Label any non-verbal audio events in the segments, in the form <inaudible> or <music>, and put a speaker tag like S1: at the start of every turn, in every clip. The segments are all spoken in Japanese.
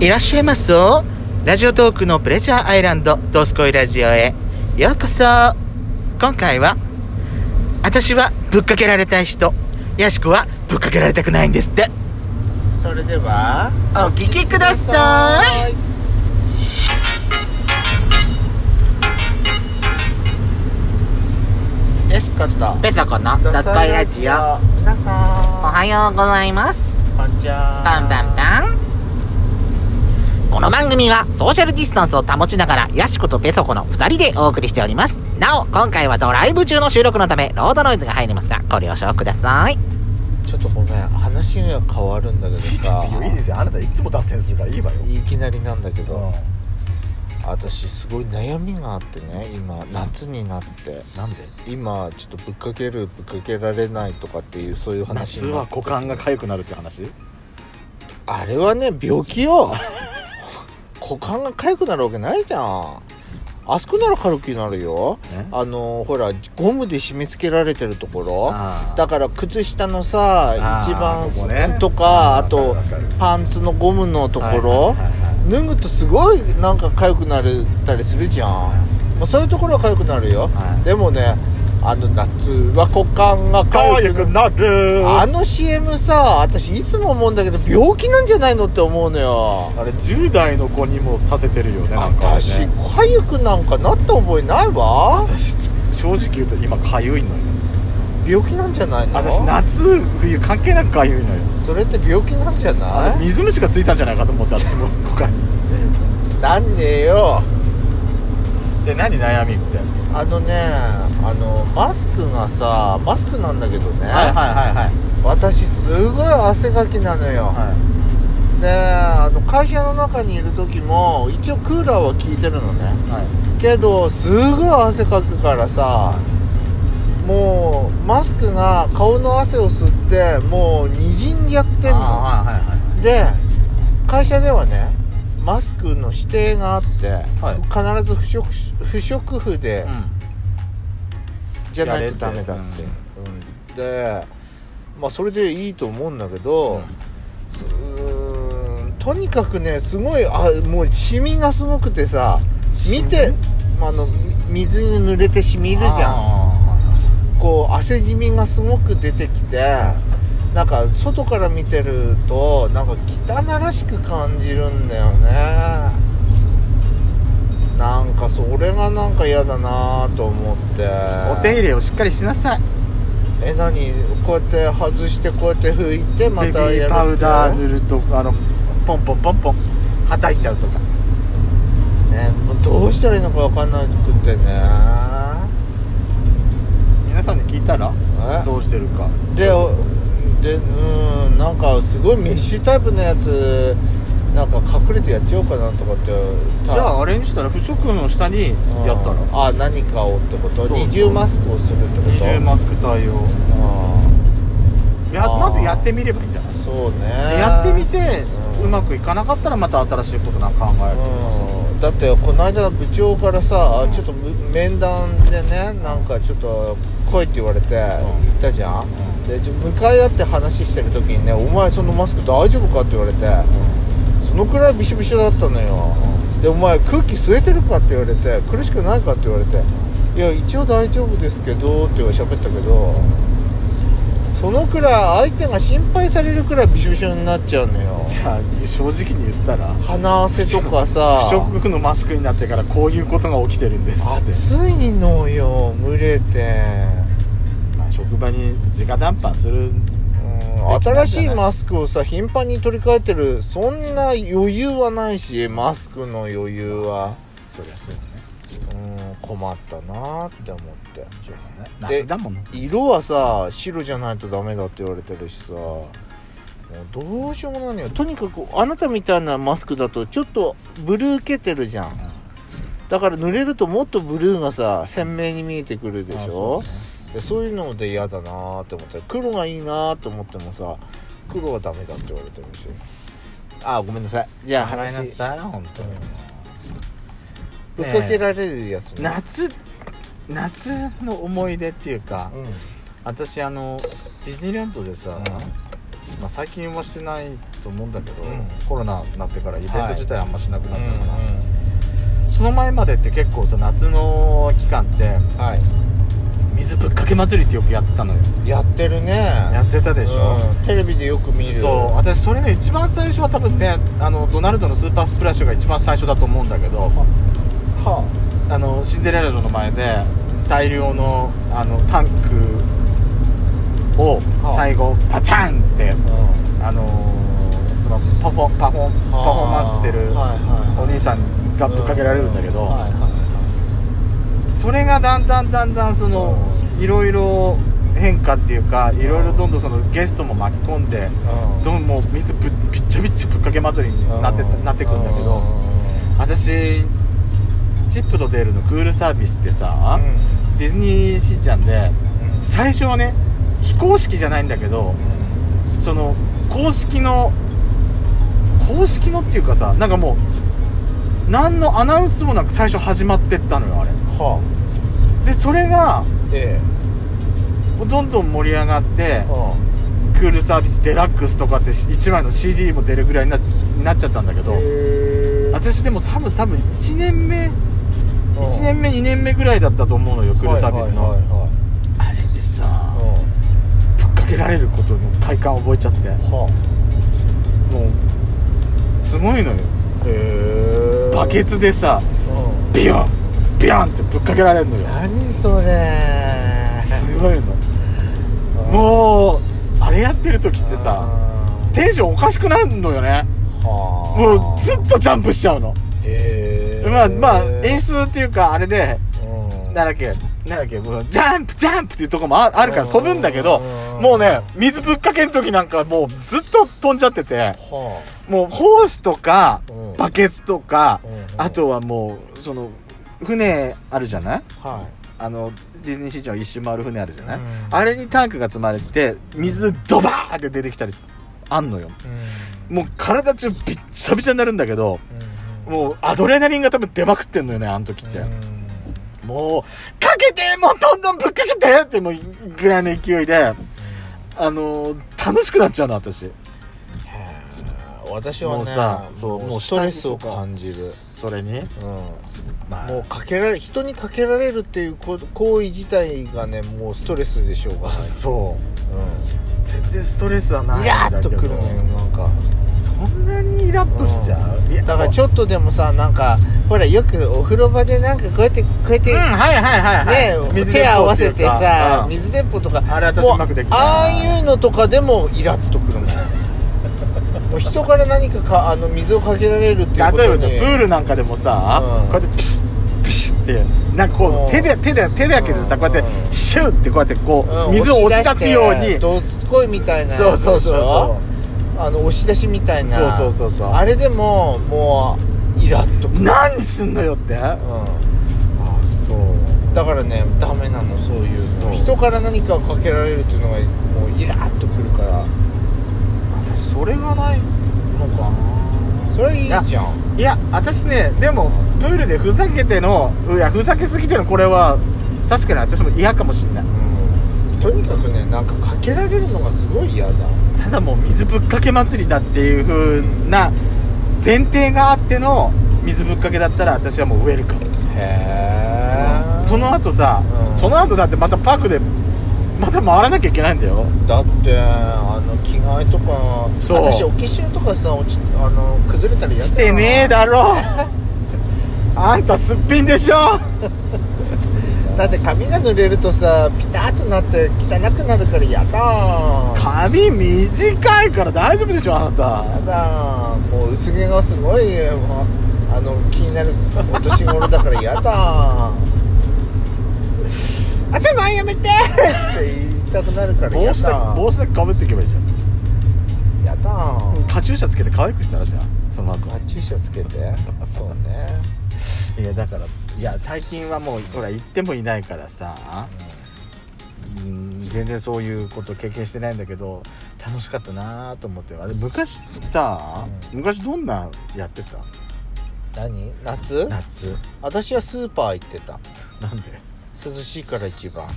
S1: いらっしゃいますよラジオトークのプレジャーアイランドドスコイラジオへようこそ今回は私はぶっかけられたい人ヤシコはぶっかけられたくないんですって
S2: それでは
S1: お聞きください
S2: いよしこと
S1: ペソコの
S2: ド
S1: ド
S2: ス
S1: スコ
S2: コイ
S1: イ
S2: ラ
S1: ラ
S2: ジ
S1: ジ
S2: オ
S1: オ
S2: 皆さん
S1: おはようございます
S2: こんにちは
S1: パンパンパンこの番組はソーシャルディスタンスを保ちながらヤシコとペソコの2人でお送りしておりますなお今回はドライブ中の収録のためロードノイズが入りますがご了承ください
S2: ちょっとごめん話が変わるんだけど
S3: いい
S2: さ
S3: ですよいいですよあなたいつも脱線するからいいわよ
S2: いきなりなんだけ
S3: う
S2: ど
S3: ん
S2: 私すごい悩みがあってね今夏になって
S3: なんで
S2: 今ちょっとぶっかけるぶっかけられないとかっていうそういう話
S3: 夏
S2: にな
S3: は
S2: って
S3: 股間が痒くなるって話
S2: あれはね病気よ股間が痒くなるわけないじゃんあそこなら軽くなるよ
S3: ね
S2: あのほらゴムで締め付けられてるところ
S3: あー
S2: だから靴下のさ
S3: あー
S2: 一番
S3: ここね
S2: とか
S3: あ
S2: あ
S3: ー
S2: と
S3: わかるわかる
S2: パンツのゴムのところ
S3: はいはいはいはい
S2: 脱ぐとすごいなんか痒くなるたりするじゃん、まあ、そういうところは痒くなるよ、
S3: はい
S2: でもねあの夏は股間が痒く
S3: 痒く
S2: なる
S3: なる
S2: あ
S3: あ
S2: の CM さ私いつも思うんだけど病気なんじゃないのって思うのよ
S3: れ10代の子にもさせてるよねなんかあれ
S2: 私
S3: ね
S2: 痒くなんかなった覚えないわ
S3: 私正直言うと今痒いのよ
S2: 病気なんじゃないの
S3: 私夏冬関係なく痒いのよ
S2: それって病気なんじゃ
S3: あ
S2: ない
S3: 水虫がついたんじゃないかと思って私 <laughs> も股間に
S2: なんねえよ
S3: で何悩みって
S2: あのねあのマスクがさマスクなんだけどね、
S3: はいはい
S2: 私すごい汗かきなのよ、
S3: は
S2: であの会社の中にいる時も一応クーラーは効いてるのね
S3: いはい
S2: けどすごい汗かくからさもうマスクが顔の汗を吸ってもうにじんでやってんの
S3: あーはいはいはい
S2: で会社ではねマスクの指定があって、
S3: は
S2: 必ず不織不織布で、じゃないとダメだって、うんでまあそれでいいと思うんだけど、うーんとにかくねすごいあもうシミがすごくてさ見てあのみ水に濡れてしみ
S3: い
S2: るじゃんこう汗じみがすごく出てきてなんか外から見てるとなんか汚らしく感じるんだよねなんかそれがなんか嫌だなと思って
S1: お手入れをしっかりしなさい
S2: え何こうやって外してこうやって拭いてま
S3: ベビ
S2: たやるっ
S3: ー
S2: て
S3: パウダー塗るとあのポンポンポンポンはたいちゃうとか
S2: ねもうどうしたらいいのか分かんなくてね
S3: 皆さんに聞いたら
S2: え
S3: どうしてるか
S2: でおでうんなんかすごいメッシュタイプのやつなんか隠れてやっちゃおうかなとかって
S3: じゃああれにしたら不織布の下に
S2: うん
S3: やったら
S2: あ何かをってこと
S3: そうそう
S2: 二重マスクをするってこと
S3: 二重マスク対応
S2: あ
S3: や
S2: あー
S3: まずやってみればいいんじゃない
S2: ーそうね
S3: でやってみて
S2: うん
S3: うまくいかなかったらまた新しいことなんか考えるとか
S2: うんだってこの間部長からさ、
S3: うん
S2: ちょっと面談でねなんかちょっと来いって言われて行ったじゃん、
S3: ん
S2: でちょ向かい合って話してる時にね「お前そのマスク大丈夫か?」って言われて、そのくらいビシビシだったのよ、で「お前空気吸えてるか?」って言われて「苦しくないか?」って言われて「いや一応大丈夫ですけど」って喋ったけどそのくらい相手が心配されるくらいビシビシになっちゃうの
S3: <laughs>
S2: よ
S3: じゃあ正直に言ったら
S2: 鼻汗とかさ
S3: 不織布のマスクになってからこういうことが起きてるんですって
S2: 暑いのよ蒸れて、
S3: まあ職場に直談判する
S2: うん、新しいマスクをさ頻繁に取り替えてるそんな余裕はないしマスクの余裕は、
S3: そりゃそうだね
S2: うん、困ったなって思って
S3: しょうがない
S2: で
S3: 夏だもの
S2: 色はさ白じゃないとダメだって言われてるしさもうどうしようもないのよとにかくあなたみたいなマスクだとちょっとブルーけてるじゃんだから濡れるともっとブルーがさ鮮明に見えてくるでしょでそういうので嫌だなーって思った黒がいいなーって思ってもさ黒はダメだって言われてるしあーごめんなさいじゃあ話
S3: 話さ本当に
S2: ぶっかけられるやつね
S3: 夏夏の思い出っていうか、
S2: うん
S3: 私あのディズニーランドでさ、まあ、最近はしてないと思うんだけど、
S2: うん
S3: コロナになってからイベント
S2: はい
S3: 自体あんましなくなったから、
S2: う
S3: その前までって結構さ夏の期間って
S2: んはい
S3: 水ぶっかけ祭りってよくやってたのよ
S2: やってるね
S3: やってたでしょ、
S2: うんテレビでよく見る
S3: そう私それね一番最初は多分ねあのドナルドのスーパースプラッシュが一番最初だと思うんだけど
S2: は
S3: あのシンデレラ城の前で大量のあのタンクを
S2: はあ
S3: 最後パチャンって
S2: うん
S3: あのーそのパフォパフォパフォーマンスして
S2: は
S3: る
S2: いはい
S3: お兄さんがぶっかけられるんだけ
S2: う
S3: ど、
S2: はいはい
S3: それがだんだんだんだんそのいろいろ変化っていうかいろいろどんどんそのゲストも巻き込んで
S2: はいうん
S3: どんもう水ぶっびっちゃびっちゃぶっかけ祭りになってったなってくんだけど私チップとデールのクールサービスって
S2: あ
S3: さ、ディズニーシーちゃんで最初はね非公式じゃないんだけどその公式の公式のっていうかさなんかもう何のアナウンスもなく最初始まってったのよあれ
S2: は
S3: でそれが
S2: あで
S3: どんどん盛り上がって
S2: は
S3: クールサービスデラックスとかって1枚の CD も出るぐらいになになっちゃったんだけ
S2: あ
S3: ど
S2: へー
S3: 私でも多分多分1年目
S2: うん
S3: 1年目2年目ぐらいだったと思うのよクールサービス
S2: はい
S3: の
S2: は
S3: あれでさ
S2: いはいうん
S3: ぶっかけられることの快感を覚えちゃって
S2: は
S3: もうすごいのよ
S2: あへえ
S3: バケツでさ
S2: うん
S3: ビヨンビヨンってぶっかけられるのよ
S2: 何それ
S3: すごいのもうあれやってる時ってさ
S2: あー
S3: テンションおかしくなるのよね
S2: はあ
S3: もうずっとジャンプしちゃうの
S2: へえ
S3: まあまあ演出っていうかあれで
S2: うん
S3: なんだっけなんだっけもうジャンプジャンプっていうとこもああるから飛ぶんだけど
S2: うん
S3: もうね水ぶっかけん時なんかもうずっと飛んじゃってて
S2: は
S3: もうホースとか
S2: うん
S3: バケツとか
S2: うんうん
S3: あとはもうその船あるじゃない
S2: あはい
S3: あのディズニーシーちゃんを一周回る船あるじゃない、
S2: うん
S3: あれにタンクが積まれて水ドバーって出てきたりあんのよ
S2: うん
S3: もう体中びっちゃびちゃになるんだけど
S2: うん
S3: もうアドレナリンが多分出まくってんのよねあの時って、
S2: うん
S3: もうかけてもうどんどんぶっかけてってもうぐらいの勢いであのー楽しくなっちゃうの私
S2: へー私はね
S3: もうさそう
S2: も
S3: も
S2: う
S3: う
S2: ストレスを感じる、
S3: それに
S2: うん、
S3: まあ
S2: もうかけられ人にかけられるっていうこ行為自体がねもうストレスでしょうがない、
S3: あそう
S2: う
S3: 全然ストレスはない
S2: ん、
S3: ん
S2: イラッとくるの
S3: だけ
S2: よ
S3: ど
S2: なんか
S3: そんなにイラッとしちゃう、いや
S2: だからちょっとでもさなんかほらよくお風呂場でなんかこうやってこうやって、
S3: うんはいはいはい
S2: ね
S3: はい、 <laughs> 水鉄砲っていうか
S2: 手合わせてさ、
S3: うん
S2: 水鉄砲とか
S3: あれ私
S2: もう
S3: うまくできた
S2: ああいうのとかでもイラッとくるもんもう人から何かかあの水をかけられるっていうこと
S3: 例えば
S2: に
S3: じゃあプールなんかでもさ、
S2: うん
S3: こうやってピシッピシッってなんかこ
S2: う
S3: うん手で手で手だけでさ、
S2: うん
S3: こうやってシュッってこうやってこう、
S2: うん
S3: 水を押し出すよう
S2: 押し出して
S3: に
S2: どすこいみたいなやつ
S3: そうそうそう
S2: でしょ
S3: そ
S2: あの押し出しみたいな
S3: そうそうそうそう
S2: あれでももうイラッとく
S3: う
S2: る、
S3: 何すんのよってあ
S2: う、
S3: そうん
S2: だからねダメなのそういうの
S3: そう
S2: 人から何かをかけられるっていうのがもうイラッとくるから
S3: 私それがないのかな
S2: それはいいじゃん
S3: いや私ねでもプールでふざけてのいやふざけすぎてのこれは確かに私も嫌かもしんない
S2: うんとにかくねなんかかけられるのがすごい嫌だ
S3: ただもう水ぶっかけ祭りだっていう風な前提があっての水ぶっかけだったら私はもうウェルカム
S2: へ
S3: その後さ、
S2: うん
S3: その後だってまたパークでまた回らなきゃいけないんだよ
S2: だってあの着替えとか
S3: そう
S2: 私お化粧とかさ落ちあの崩れたら嫌だな
S3: してねえ
S2: <laughs>
S3: だろあんたすっぴんでしょ
S2: だって髪が濡れるとさピタッとなって汚くなるからやだ
S3: 髪短いから大丈夫でしょあな
S2: や
S3: た
S2: だもう薄毛がすごいもうあの気になるお年頃だからや
S3: <laughs>
S2: だ頭やめてって言いたくなるからや
S3: 帽子だ
S2: だ
S3: け帽子だけかぶっていけばいいじゃん
S2: やだ
S3: カチューシャつけて可愛くしたらじゃあその後
S2: カチューシャつけてそうね
S3: いやだからいや最近はもうほら行ってもいないからさうん全然そういうこと経験してないんだけど楽しかったなと思ってあれ昔さ、昔どんなやってた
S2: 何夏
S3: 夏
S2: 私はスーパー行ってた
S3: なんで
S2: 涼しいから一番涼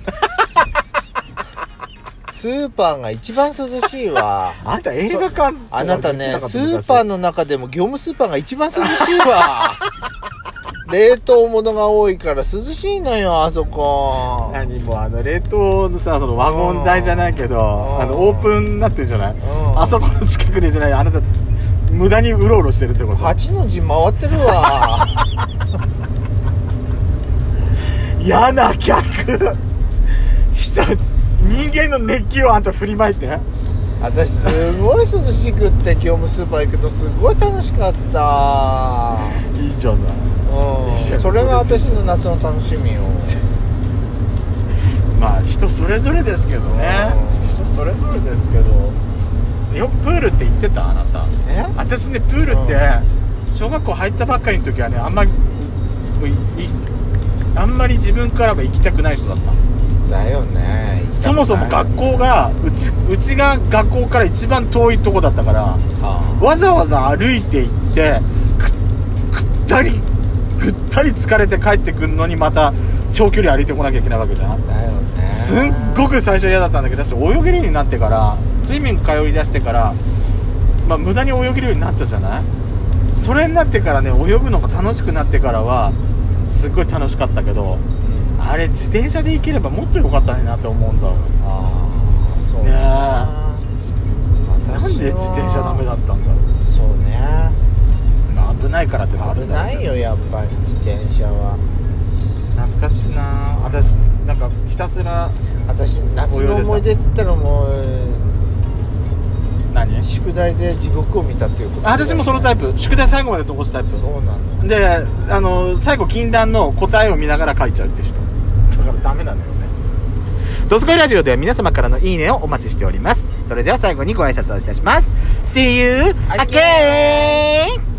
S2: <laughs> スーパーが一番涼しいわ
S3: あんた映画館
S2: そあなたねスーパーの中でも業務スーパーが一番涼しい <laughs> わ冷凍物が多いから涼しいのよあそこ
S3: 何もあの冷凍のさそのワゴン台じゃないけど
S2: ん
S3: あのオープンになってるじゃない
S2: ん
S3: あそこの近くでじゃないあなた無駄にうろうろしてるってこと
S2: 八の字回ってるわ
S3: 嫌な客人人間の熱気をあんた振りまいて
S2: 私すごい涼しくって業務スーパー行くとすごい楽しかった
S3: いいじゃないい
S2: うん
S3: や
S2: それが私の夏の楽しみよ
S3: まあ人それぞれですけどね
S2: うん
S3: 人それぞれですけどよくプールって言ってたあなた
S2: え
S3: 私ねプールって小学校入ったばっかりの時はねあんまりもういいあんまり自分からは行きたくない人だった
S2: だよね行きたく
S3: そ
S2: ない
S3: もそも学校がうちうちが学校から一番遠いとこだったから
S2: あ
S3: わざわざ歩いて行ってくくったりぐったり疲れて帰ってくるのにまた長距離歩いてこなきゃいけないわけじゃん
S2: あだよね
S3: すっごく最初嫌だったんだけど私泳げるようになってからスイミング通い出してから、まあ、無駄に泳げるようになったじゃないそれになってからね泳ぐのが楽しくなってからはすっごい楽しかったけどあれ自転車で行ければもっと良かったのになって思うんだ
S2: ああそう
S3: ねえなんで
S2: 私
S3: 自
S2: は
S3: 転車ダメだったんだろう
S2: そうね
S3: 危ないからってのはある
S2: 危
S3: んだろう
S2: な
S3: ね
S2: いよやっぱり自転車は
S3: 懐かしいな私なんかひたすら
S2: 私夏の思い出って言ったらもう
S3: 何
S2: 宿題で地獄を見たっていうことだよね
S3: 私もそのタイプ宿題最後まで残すタイプ
S2: そうなの
S3: であの最後禁断の答えを見ながら書いちゃうって人だからダメなのよね「ドスコイラジオ」では皆様からの「いいね」をお待ちしておりますそれでは最後にご挨拶をいたします See you again!